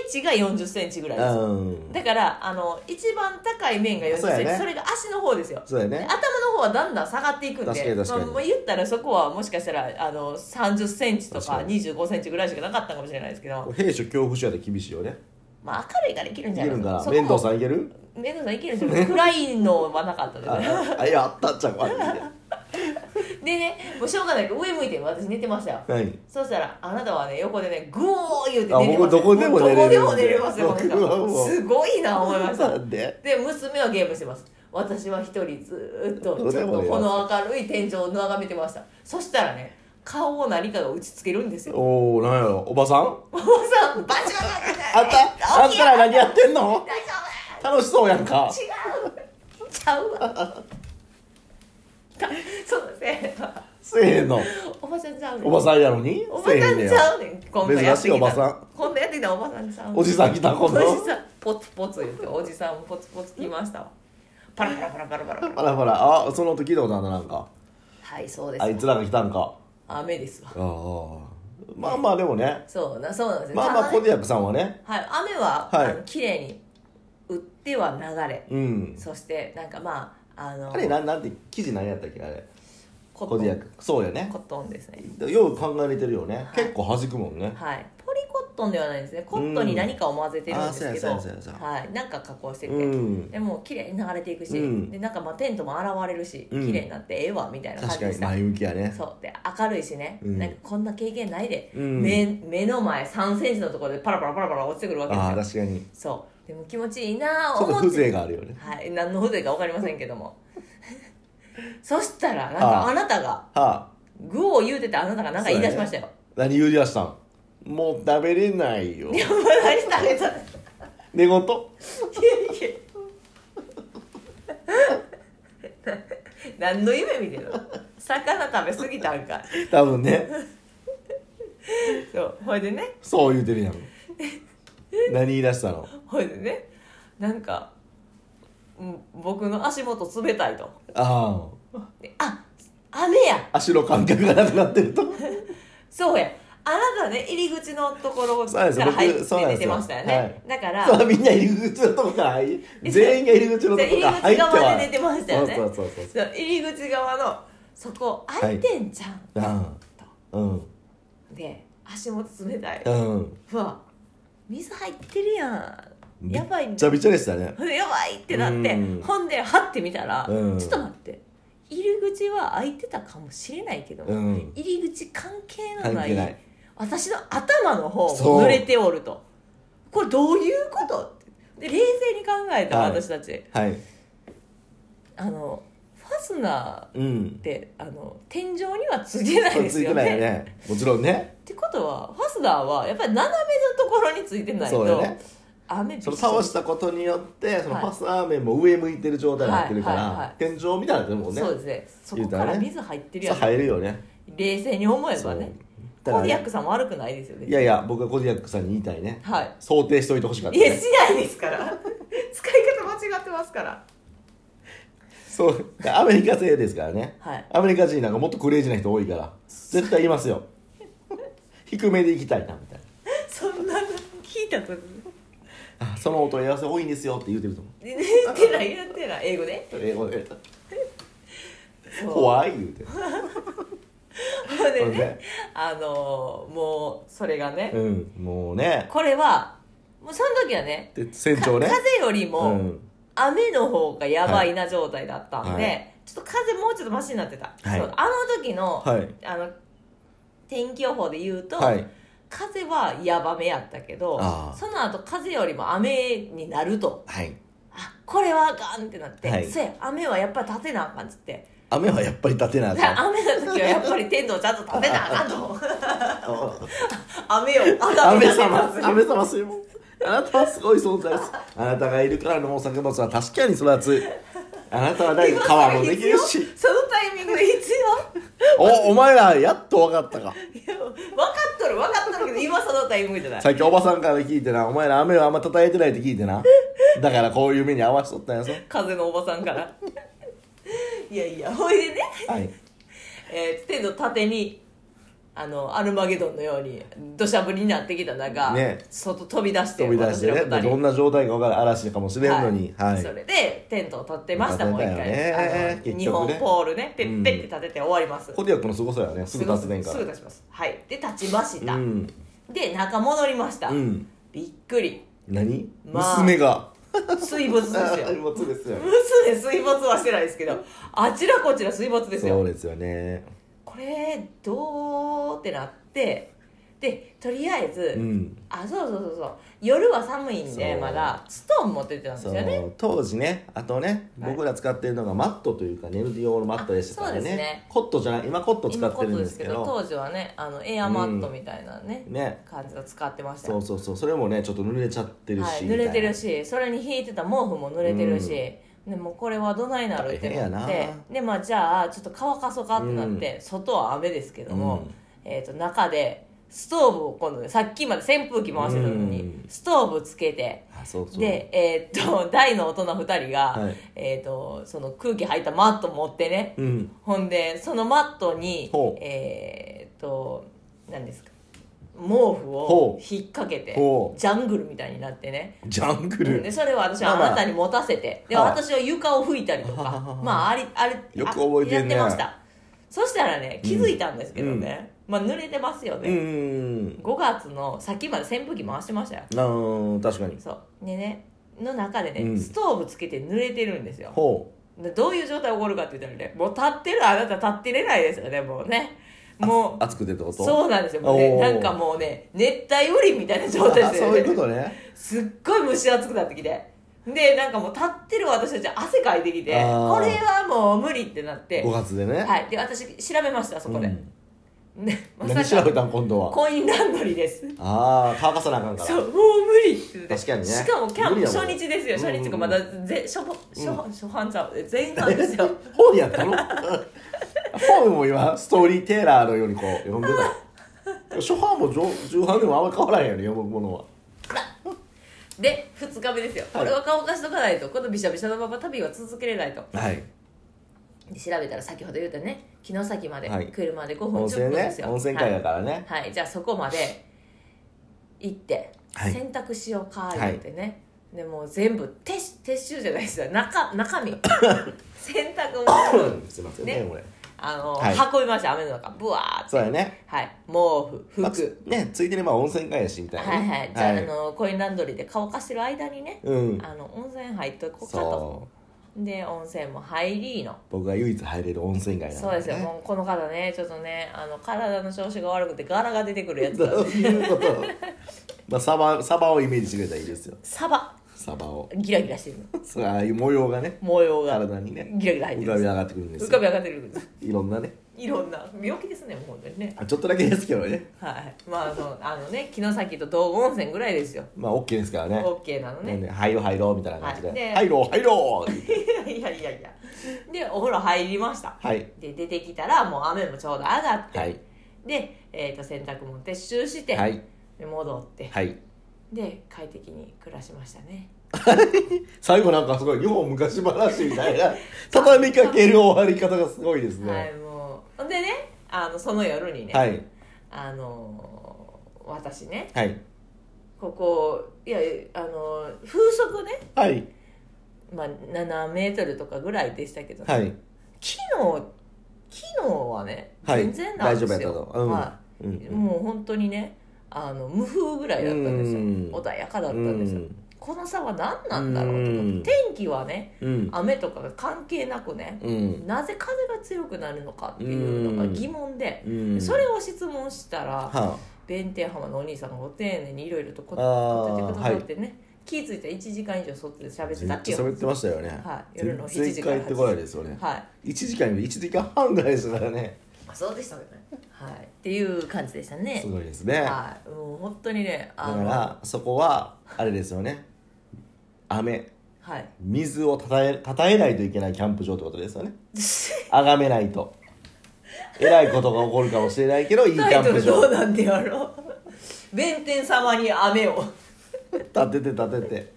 Speaker 2: 大値が4 0ンチぐらいです
Speaker 1: うん
Speaker 2: だからあの一番高い面が4 0ンチ
Speaker 1: そう
Speaker 2: そ,、
Speaker 1: やね
Speaker 2: れが足の方ですよ
Speaker 1: そうや
Speaker 2: で
Speaker 1: ね
Speaker 2: 頭の方はだんだん下がっていくんで
Speaker 1: 確かに確かに
Speaker 2: まあ、もう言ったらそこはもしかしたらあの30センチとか
Speaker 1: 確か
Speaker 2: 25センチぐらいしかなかったかもしれないですけど、
Speaker 1: 兵所恐怖症やったら厳しいよね
Speaker 2: まあ、明るいからいけるん
Speaker 1: いけ
Speaker 2: じゃない
Speaker 1: るんかな
Speaker 2: そ
Speaker 1: 面
Speaker 2: こ
Speaker 1: 倒さ
Speaker 2: も
Speaker 1: んいける
Speaker 2: 面倒さんいけるんじ ゃない暗いのはなかったです
Speaker 1: ああいやあったっちゃうあ
Speaker 2: でねもうしょうがないから上向いて私寝てましたよ
Speaker 1: 何
Speaker 2: そうしたらあなたはね横でねグオー言うて
Speaker 1: あ
Speaker 2: 寝てま
Speaker 1: 僕
Speaker 2: した
Speaker 1: どこでも寝れる
Speaker 2: どこでも寝れますよこの
Speaker 1: 僕はも
Speaker 2: 人
Speaker 1: う
Speaker 2: すごいな思いました
Speaker 1: なんで
Speaker 2: で娘はゲームしてます私は一人ずーっと
Speaker 1: どう
Speaker 2: ち
Speaker 1: で
Speaker 2: ょっ
Speaker 1: も
Speaker 2: と
Speaker 1: いいわ
Speaker 2: この明るい天井を眺めてましたそしたらね顔を何かが打ちつけるん ですよ
Speaker 1: おおなんやろおばさん
Speaker 2: おばさんバチバチバチ
Speaker 1: あんたあんたら何やってんの
Speaker 2: 大丈
Speaker 1: 楽しそうやんか
Speaker 2: 夫違うちゃうわたそうですね
Speaker 1: せえへんの
Speaker 2: おばちゃんちゃうね
Speaker 1: おばさんやのに
Speaker 2: おば
Speaker 1: せえ
Speaker 2: ち
Speaker 1: へ
Speaker 2: ゃ
Speaker 1: ん
Speaker 2: ん
Speaker 1: ね
Speaker 2: ち
Speaker 1: や
Speaker 2: ゃうねん今度やってき
Speaker 1: 珍しい
Speaker 2: た
Speaker 1: おばさん
Speaker 2: 今度やってきたおばさんちゃうねん
Speaker 1: おじさん来た今度
Speaker 2: おじさんポツポツ言っておじさんポツポツ来ましたわパラパラパラパラパラパラ
Speaker 1: パラパラあその時のななんか
Speaker 2: はいそうです
Speaker 1: あいつらが来たんか
Speaker 2: 雨ですわ
Speaker 1: ああまあまあでもね
Speaker 2: そうなそうなんですよ
Speaker 1: まあまあ
Speaker 2: ただ
Speaker 1: コ
Speaker 2: ね
Speaker 1: ディアックさんはね
Speaker 2: はい、雨は、
Speaker 1: はい
Speaker 2: あの綺麗に売っては流れ、
Speaker 1: うん
Speaker 2: そしてなんかまああの
Speaker 1: あれなんなんて記事何やったっけあれ
Speaker 2: コット
Speaker 1: コ
Speaker 2: ン
Speaker 1: ディアックそうやね
Speaker 2: コットンですね
Speaker 1: よう考えれてるよね
Speaker 2: い
Speaker 1: 結構弾くもんね
Speaker 2: はいポリコットンではないですねコットンに何かを混ぜてるんですけど、
Speaker 1: うんあーそうやそうやそうやそ
Speaker 2: はいなんか加工してて、
Speaker 1: うん
Speaker 2: でも綺麗に流れていくし、
Speaker 1: うん
Speaker 2: でなんかまあテントも現れるし
Speaker 1: うん
Speaker 2: 綺麗になってええわみたいな感
Speaker 1: 確
Speaker 2: じ
Speaker 1: か
Speaker 2: で
Speaker 1: に
Speaker 2: した、
Speaker 1: 前向きやね
Speaker 2: そうで明るいしね、
Speaker 1: うん
Speaker 2: なんかこんな経験ないで、
Speaker 1: うん
Speaker 2: 目目の前3センチのところでパラパラパラパラ落ちてくるわけ
Speaker 1: ああ
Speaker 2: ですよ
Speaker 1: 確かに
Speaker 2: そうでも気持ちいいな
Speaker 1: ち
Speaker 2: ぁ
Speaker 1: ょっと
Speaker 2: 思って
Speaker 1: 風情があるよね
Speaker 2: はい、何の風情か分かりませんけどもそしたらなんか
Speaker 1: ああ
Speaker 2: あなたが
Speaker 1: はあ
Speaker 2: グを言うててあなたがなんか言い出しましたよ、
Speaker 1: 何言うりやしたんもう食べれないよ
Speaker 2: いやもう何食べたい
Speaker 1: 寝言食
Speaker 2: やいや何の夢見てんの魚食べ過ぎたんか
Speaker 1: 多分ね
Speaker 2: そうほいでね
Speaker 1: そう言うてるやん何言い出したの
Speaker 2: ほいでねなんかうん僕の足元冷たいと
Speaker 1: あ
Speaker 2: であ雨や
Speaker 1: あ足の感覚がなくなってると
Speaker 2: そうやあなたね入り口のところ
Speaker 1: そうなん
Speaker 2: か
Speaker 1: です
Speaker 2: ら入って
Speaker 1: 僕そうなんで
Speaker 2: 出
Speaker 1: す
Speaker 2: て
Speaker 1: よ
Speaker 2: ましたよね、
Speaker 1: はい
Speaker 2: だから
Speaker 1: そうみんな入り口のとこから入り全員が入り口のと
Speaker 2: 入
Speaker 1: こ
Speaker 2: り
Speaker 1: から入っ
Speaker 2: 口
Speaker 1: て
Speaker 2: 側で
Speaker 1: は
Speaker 2: 出てましたよね
Speaker 1: そうそうそう
Speaker 2: そう入り口側のそこ開いてんじゃん、
Speaker 1: そううん
Speaker 2: で足元冷たい
Speaker 1: うんうん
Speaker 2: うわ水入ってるやんやばい
Speaker 1: び
Speaker 2: ん
Speaker 1: っち
Speaker 2: だ
Speaker 1: ゃびちゃでしたね
Speaker 2: やばいってなって
Speaker 1: うん
Speaker 2: ほんではってみたら、
Speaker 1: うん
Speaker 2: ちょっと待って入り口は開いてたかもしれないけども、
Speaker 1: うん
Speaker 2: 入り口関係の
Speaker 1: 関
Speaker 2: な
Speaker 1: 係
Speaker 2: い
Speaker 1: ない
Speaker 2: 私の頭の方
Speaker 1: そう
Speaker 2: も濡れておるとこれどういうことってで冷静に考えた、
Speaker 1: はい
Speaker 2: 私たち
Speaker 1: はい
Speaker 2: あのファスナーっ
Speaker 1: うん
Speaker 2: てあの天井にはついてないですよ
Speaker 1: くない
Speaker 2: ね
Speaker 1: よねもちろんね
Speaker 2: ってことはファスナーはやっぱり斜めのところについてないと
Speaker 1: そうだよね
Speaker 2: 雨びっし
Speaker 1: そ
Speaker 2: ょ
Speaker 1: の
Speaker 2: り
Speaker 1: 倒したことによってその
Speaker 2: はい
Speaker 1: ファスナー面も上向いてる状態になってるか
Speaker 2: はいはいは
Speaker 1: ら
Speaker 2: い
Speaker 1: 天井みたいなのもんね
Speaker 2: そう
Speaker 1: そ
Speaker 2: ですねそ
Speaker 1: 言
Speaker 2: こ
Speaker 1: うた
Speaker 2: から
Speaker 1: ね
Speaker 2: ら水入ってる
Speaker 1: う
Speaker 2: やん、
Speaker 1: 入るよね
Speaker 2: 冷静に思えばね
Speaker 1: だ
Speaker 2: コ
Speaker 1: から
Speaker 2: ーディア
Speaker 1: ね
Speaker 2: ックさんも悪くないですよね
Speaker 1: いやいや僕がコディアックさんに言いたいね
Speaker 2: はい
Speaker 1: 想定しておいてほしかった
Speaker 2: いや
Speaker 1: ね
Speaker 2: しないですから 使い方間違ってますから
Speaker 1: そうアメリカ製ですからね
Speaker 2: はい
Speaker 1: アメリカ人なんかもっとクレイジーな人多いから絶対いますよ 低めで行きたいなみたい
Speaker 2: そんなの聞いたこと
Speaker 1: なあそのお問い合わせ多いんですよって言うてると思う
Speaker 2: 言ってない言ってない英語で
Speaker 1: 英語で
Speaker 2: そう
Speaker 1: 怖い言うて
Speaker 2: ほんで
Speaker 1: ほん
Speaker 2: ね
Speaker 1: で
Speaker 2: あのーもうそれがね、
Speaker 1: うんもうね
Speaker 2: これはもうその時はね
Speaker 1: で船
Speaker 2: か
Speaker 1: 長ね
Speaker 2: 風より
Speaker 1: う
Speaker 2: も、
Speaker 1: ん
Speaker 2: 雨の方がやばいな状態だったんで、
Speaker 1: はい
Speaker 2: ちょっと風もうちょっとマシになってた、
Speaker 1: はい
Speaker 2: そうあの時の,、
Speaker 1: はい
Speaker 2: あの天気予報で言うと、
Speaker 1: はい
Speaker 2: 風はやばめやったけど
Speaker 1: あー
Speaker 2: その後風よりも雨になると
Speaker 1: はい
Speaker 2: あこれはあかんってなって、
Speaker 1: はい
Speaker 2: そうや雨はやっぱり立てなあかんっつって
Speaker 1: 雨はやっぱり立てなあ
Speaker 2: だから
Speaker 1: かん
Speaker 2: 雨の時はやっぱり天童ちゃんと立てなあかんと
Speaker 1: あ
Speaker 2: 雨を
Speaker 1: 雨
Speaker 2: 立てます
Speaker 1: 様雨様すいませんあなたはすごい存在ですあなたがいるから農作物は確かに育つあなたは大
Speaker 2: 今
Speaker 1: 皮
Speaker 2: そ
Speaker 1: も
Speaker 2: れ
Speaker 1: で
Speaker 2: 必
Speaker 1: き
Speaker 2: 要
Speaker 1: る
Speaker 2: そ
Speaker 1: し
Speaker 2: のタイミングで必要
Speaker 1: おお前らやっと分かったか
Speaker 2: いや分かっとる分かっとるけど今そのタイミングじゃない
Speaker 1: さっきおばさんから聞いてなお前ら雨はあんま叩いてないって聞いてなだからこういう目に合わしとったんやぞ
Speaker 2: 風のおばさんからいやいやほいでね、
Speaker 1: はい
Speaker 2: えー、天の縦にあのアルマゲドンのように土砂降りになってきた中、
Speaker 1: ね
Speaker 2: 外飛び出して
Speaker 1: 飛び出してね
Speaker 2: 私ら二人
Speaker 1: どんな状態か分からん嵐かもしれんのにはい、
Speaker 2: それでテントを立ってましたもう一
Speaker 1: 立
Speaker 2: 回、
Speaker 1: てたよね
Speaker 2: あ
Speaker 1: 結局
Speaker 2: の
Speaker 1: ね
Speaker 2: 日本ポールねペ
Speaker 1: うん
Speaker 2: ッペッて立てて終わります、
Speaker 1: コディアックのすごさやねすぐ立つねんか
Speaker 2: すぐ
Speaker 1: ら
Speaker 2: 立ちますはいで立ちました、
Speaker 1: うん
Speaker 2: で中戻りました、
Speaker 1: うん
Speaker 2: びっくり
Speaker 1: 何、
Speaker 2: まあ
Speaker 1: 娘が
Speaker 2: 水没ですよ
Speaker 1: もつです よ
Speaker 2: 娘水没はしてないですけどあちらこちら水没ですよ
Speaker 1: そうですよね
Speaker 2: これどうってなってでとりあえず、
Speaker 1: うん
Speaker 2: あそうそうそうそう夜は寒いんで
Speaker 1: そう
Speaker 2: まだストーン持ってってたんです
Speaker 1: そ
Speaker 2: よ
Speaker 1: う、
Speaker 2: ね
Speaker 1: 当時ねあとね、
Speaker 2: はい
Speaker 1: 僕ら使ってるのがマットというか寝る用のマットでしたからね
Speaker 2: あそうですね
Speaker 1: コットじゃない今コット使
Speaker 2: 今
Speaker 1: って
Speaker 2: こ
Speaker 1: るん
Speaker 2: と
Speaker 1: で
Speaker 2: ですす
Speaker 1: け
Speaker 2: け
Speaker 1: ど
Speaker 2: ど当時はねあのエアマットみたいなね、
Speaker 1: ね
Speaker 2: 感じの使ってました
Speaker 1: そ
Speaker 2: よ
Speaker 1: うそうそうそれもねちょっと濡れちゃってるし、
Speaker 2: はい、濡れてる
Speaker 1: し
Speaker 2: しそれに引いてた毛布も濡れてるし、でもうこれはどないなるってなっ
Speaker 1: 大変や
Speaker 2: て
Speaker 1: な
Speaker 2: でまあじゃあちょっと乾かそうかってなって、外は雨ですけども、えー、と中でストーブを今度ねさっきまで扇風機回してたのに、
Speaker 1: うん
Speaker 2: ストーブつけて
Speaker 1: あそうそう
Speaker 2: でえー、と大の大人2人が、
Speaker 1: はい
Speaker 2: えー、とその空気入ったマット持ってね
Speaker 1: うん
Speaker 2: ほんでそのマットに
Speaker 1: ほう
Speaker 2: えー、と何ですか毛布を
Speaker 1: ほう
Speaker 2: 引っ掛けて
Speaker 1: ほう
Speaker 2: ジャングルみたいになってね
Speaker 1: ジャングル、
Speaker 2: でそれを私
Speaker 1: まあ
Speaker 2: は
Speaker 1: まあ
Speaker 2: あなたに持たせてで
Speaker 1: はい
Speaker 2: 私は床を拭いたりと
Speaker 1: ははは
Speaker 2: か
Speaker 1: は
Speaker 2: まあありあれ
Speaker 1: よく覚えて
Speaker 2: やっ
Speaker 1: んね
Speaker 2: てましたそしたらね気づいたんですけどね、まあ濡れてますよ
Speaker 1: う
Speaker 2: ね、
Speaker 1: ん
Speaker 2: 5月のさっきまで扇風機回してましたよ
Speaker 1: あー確かに
Speaker 2: そうでねの中でね、
Speaker 1: うん
Speaker 2: ストーブつけて濡れてるんですよ
Speaker 1: ほ
Speaker 2: でどういう状態起こるかって言ったらねもう立ってるあなた立ってれないですよねもうね
Speaker 1: う
Speaker 2: も
Speaker 1: あ熱くてってこ
Speaker 2: う
Speaker 1: と
Speaker 2: そうなんですよもうね
Speaker 1: おー
Speaker 2: なんかもうね熱帯雨林みたいな状態
Speaker 1: あ
Speaker 2: ですよ、ね、
Speaker 1: そういう ことね
Speaker 2: すっごい蒸し暑くなってきてでなんかもう立ってる私たち汗かいてきてこれ
Speaker 1: あー
Speaker 2: はもう無理ってなって
Speaker 1: 5月でね、
Speaker 2: はいで私調べましたそこで、
Speaker 1: うん
Speaker 2: ねま
Speaker 1: 何
Speaker 2: さ
Speaker 1: 調べ
Speaker 2: か
Speaker 1: たん今度は
Speaker 2: コインランドリーです
Speaker 1: ああ乾かさなあかんから
Speaker 2: そうもう無理って言って
Speaker 1: 確かにね
Speaker 2: しかもキャ
Speaker 1: 無
Speaker 2: ンプ
Speaker 1: 理だもん
Speaker 2: 初日ですよ
Speaker 1: うんうん
Speaker 2: 初
Speaker 1: うん
Speaker 2: 日がまだぜ初歩初歩初版ちゃうえ前半です よ
Speaker 1: 本やったの 本も今ストーリーテーラーのようにこう読んでた 初版も重版でもあんま変わらへんよね読むものは
Speaker 2: で2日目ですよこ
Speaker 1: はい
Speaker 2: れは乾かしとかないとこのびしゃびしゃのまま旅は続けれないと
Speaker 1: はい
Speaker 2: で調べたら先ほど言ったね城崎まで、
Speaker 1: はい
Speaker 2: 車で5分
Speaker 1: 温
Speaker 2: 10分
Speaker 1: 泉
Speaker 2: で
Speaker 1: ね
Speaker 2: すよ
Speaker 1: 温泉会だからね、
Speaker 2: はい、はい、じゃあそこまで行って、
Speaker 1: はい
Speaker 2: 洗濯しようか
Speaker 1: はい
Speaker 2: 言ってね、でもう全部撤撤収じゃないですよ中 中身洗濯物
Speaker 1: すいませんね
Speaker 2: ね
Speaker 1: これ
Speaker 2: あの、
Speaker 1: はい
Speaker 2: 運びました雨の中ブワーって
Speaker 1: そうやね、
Speaker 2: はい毛布
Speaker 1: まあ
Speaker 2: 服、
Speaker 1: ねついてれば温泉会やしみたいな
Speaker 2: はい
Speaker 1: ね、
Speaker 2: はいじゃあ,、あのコインランドリーで乾かしてる間にね
Speaker 1: うん
Speaker 2: あの温泉入っとこうかと
Speaker 1: そう
Speaker 2: で温泉も入りの
Speaker 1: 僕が唯一入れる温泉街なん
Speaker 2: そうですよ、
Speaker 1: ね
Speaker 2: もうこの方ねちょっとねあの体の調子が悪くて柄が出てくるやつ
Speaker 1: ど
Speaker 2: だ
Speaker 1: ういうことまあサバサバをイメージしてくれたらいいですよ
Speaker 2: サバ
Speaker 1: サバを
Speaker 2: ギラギラしてるの
Speaker 1: そうああいう模様がね
Speaker 2: 模様が
Speaker 1: 体にね
Speaker 2: ギラギラ入って
Speaker 1: 浮
Speaker 2: る
Speaker 1: か
Speaker 2: ん
Speaker 1: び
Speaker 2: で
Speaker 1: 上がってくるんですす
Speaker 2: 浮かび
Speaker 1: よ
Speaker 2: 上がってる
Speaker 1: いろんなね
Speaker 2: いろ んな病気ですねもう本当にね
Speaker 1: あちょっとだけですけどね
Speaker 2: はいまあそのあのね城崎と道後温泉ぐらいですよ
Speaker 1: まあ OK ですからね
Speaker 2: OK なのね
Speaker 1: なんで入ろう入ろうみたいな感じ
Speaker 2: はい
Speaker 1: で「
Speaker 2: で
Speaker 1: 入ろう入ろう!」
Speaker 2: いやいやいやでお風呂入りました
Speaker 1: はい
Speaker 2: で出てきたらもう雨もちょうど上がって、
Speaker 1: はい
Speaker 2: で、えー、と洗濯物撤収して、
Speaker 1: はい
Speaker 2: で戻って
Speaker 1: はい
Speaker 2: で快適に暮らしましたね
Speaker 1: 最後なんかすごい日本昔話みたいな 畳みかける終わり方がすごいです
Speaker 2: はい
Speaker 1: ね
Speaker 2: もうほんでねあのその夜にね、
Speaker 1: はい
Speaker 2: あのー私ね
Speaker 1: はい
Speaker 2: ここいやあのー風速ね、
Speaker 1: はい
Speaker 2: まあ、7メートルとかぐらいでしたけど、
Speaker 1: はい
Speaker 2: 昨日昨日はね
Speaker 1: はい
Speaker 2: 全然なんですよ、
Speaker 1: 大丈夫やったとうん
Speaker 2: は
Speaker 1: う
Speaker 2: い
Speaker 1: ん
Speaker 2: もう本当にねあの無風ぐらいだったんですよ
Speaker 1: うん
Speaker 2: 穏やかだった
Speaker 1: うん
Speaker 2: ですよ
Speaker 1: ん
Speaker 2: この差は何なんだろうと思って天気はね
Speaker 1: うん
Speaker 2: 雨とかが関係なくね
Speaker 1: うん
Speaker 2: なぜ風が強くなるのかっていうのが疑問で
Speaker 1: うん
Speaker 2: それを質問したら
Speaker 1: は
Speaker 2: 弁天浜のお兄さんがご丁寧にいろいろとこ
Speaker 1: あー
Speaker 2: 答えてくださってね、気づいたら1時間以上そって喋って
Speaker 1: め
Speaker 2: た
Speaker 1: っ
Speaker 2: って
Speaker 1: ち
Speaker 2: い
Speaker 1: ゃ喋
Speaker 2: う
Speaker 1: ってましたよね
Speaker 2: はい夜
Speaker 1: 全
Speaker 2: の7時
Speaker 1: 然
Speaker 2: から
Speaker 1: 帰ってこないですよね
Speaker 2: はい
Speaker 1: 1時間より1時間半ぐらいでしたからね
Speaker 2: あそうでしたねはいっていう感じでしたね
Speaker 1: すごいです ねだ
Speaker 2: はいもう本当にねあ
Speaker 1: か
Speaker 2: の
Speaker 1: らそこはあれですよね雨
Speaker 2: はい
Speaker 1: 水をたたえたたえないといけないキャンプ場ってことですよ ねあがめないとえらいことが起こるかもしれないけどいいキ
Speaker 2: タ
Speaker 1: ャ
Speaker 2: イト
Speaker 1: ンプ
Speaker 2: ルどう
Speaker 1: 場
Speaker 2: なんでやろう弁天様に雨を
Speaker 1: 立てて立てて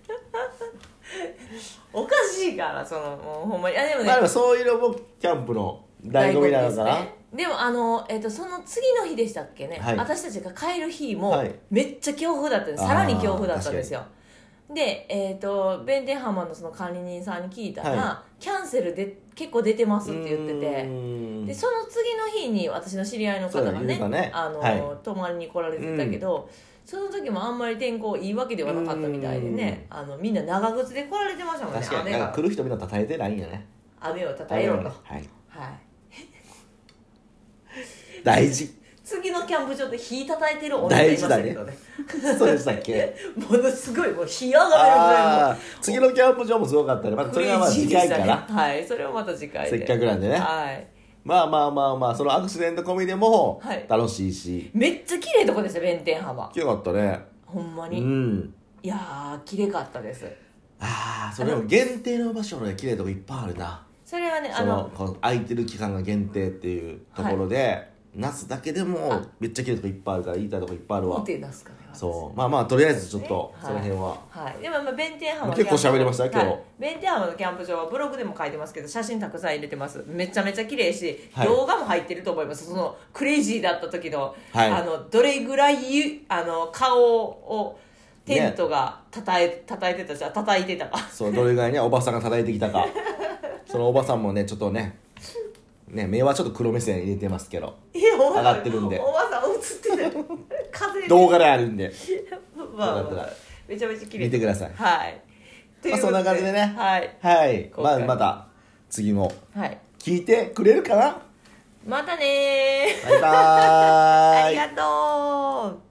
Speaker 2: おかしいからそのもうほんまにあでもね、
Speaker 1: まあでもそういうのもキャンプの醍醐味なのかな、
Speaker 2: ですねでもあの、えっとその次の日でしたっけね、
Speaker 1: はい
Speaker 2: 私たちが帰る日も、
Speaker 1: はい
Speaker 2: めっちゃ強風だったんです
Speaker 1: あー
Speaker 2: さらに強風だったんですよでえっ、と弁天浜のその管理人さんに聞いたら、
Speaker 1: は
Speaker 2: キャンセルで結構出てますって言ってて
Speaker 1: うーん
Speaker 2: でその次の日に私の知り合いの方
Speaker 1: そ
Speaker 2: が
Speaker 1: うだ言
Speaker 2: ね
Speaker 1: うかね
Speaker 2: あの
Speaker 1: はい
Speaker 2: 泊まりに来られてたけど、その時もあんまり天候いいわけではなかったみたいでねあのみんな長靴で来られてましたもんね
Speaker 1: 確かに
Speaker 2: 雨
Speaker 1: なんか
Speaker 2: が
Speaker 1: 来る人みんなたたえてないんやね
Speaker 2: 雨をたたえろと、
Speaker 1: はい
Speaker 2: はい、
Speaker 1: 大事
Speaker 2: 次のキャンプ場で火叩いてる女がいましたけどね
Speaker 1: そうでした っけ
Speaker 2: ものすごいもう火上がるぐら
Speaker 1: あー次のキャンプ場もすごかったねま
Speaker 2: いも
Speaker 1: あ
Speaker 2: う
Speaker 1: それはまあ次回か な、
Speaker 2: はいそれはまた次回
Speaker 1: せ
Speaker 2: で
Speaker 1: っかくなんでね
Speaker 2: はい
Speaker 1: まあまあまあまあそのアクシデント込みでも
Speaker 2: はい
Speaker 1: 楽しいし、
Speaker 2: めっちゃ綺麗とこでした弁天浜
Speaker 1: よかったね
Speaker 2: ほんま
Speaker 1: う
Speaker 2: に、い
Speaker 1: ん
Speaker 2: やー綺麗かったです
Speaker 1: ああそれも限定の場所のね綺麗なとこいっぱいあるな
Speaker 2: それはねあ
Speaker 1: そ
Speaker 2: の
Speaker 1: のこの空いてる期間が限定っていうところで、夏だけでも
Speaker 2: あめ
Speaker 1: めっちゃ綺麗なとこいっぱいあるから言いたいとこいっぱいある
Speaker 2: ホ
Speaker 1: わ
Speaker 2: テル出すかね私
Speaker 1: そうまあまあとりあえずちょっと
Speaker 2: はい
Speaker 1: その辺は、
Speaker 2: はい、でもまあ弁天浜の
Speaker 1: 結構
Speaker 2: キャンプ
Speaker 1: 喋りました今日
Speaker 2: はい弁天浜のキャンプ場はブログでも書いてますけど写真たくさん入れてますめちゃめちゃ綺麗し、
Speaker 1: はい
Speaker 2: 動画も入ってると思いますそのクレイジーだった時の,、
Speaker 1: はい
Speaker 2: あのどれぐらいゆあの顔をテントが叩い,、叩いてたじゃ叩いてたか
Speaker 1: そうどれぐらいねおばさんが叩いてきたかそのおばさんもねちょっとねね目はちょっと黒目線入れてますけど
Speaker 2: いやおば
Speaker 1: 上
Speaker 2: さ
Speaker 1: が
Speaker 2: ん
Speaker 1: ってるんで
Speaker 2: おばさん映ってたよ風で
Speaker 1: 動画であるんで
Speaker 2: まあ
Speaker 1: よかったら
Speaker 2: めちゃめちゃ綺麗
Speaker 1: 見てください
Speaker 2: はいということ
Speaker 1: まあそんな感じでね
Speaker 2: はい、
Speaker 1: はい
Speaker 2: 今
Speaker 1: まあ
Speaker 2: 回も
Speaker 1: また次も
Speaker 2: はい、
Speaker 1: 聞いてくれるかな
Speaker 2: またねー
Speaker 1: バイバーイ
Speaker 2: ありがとう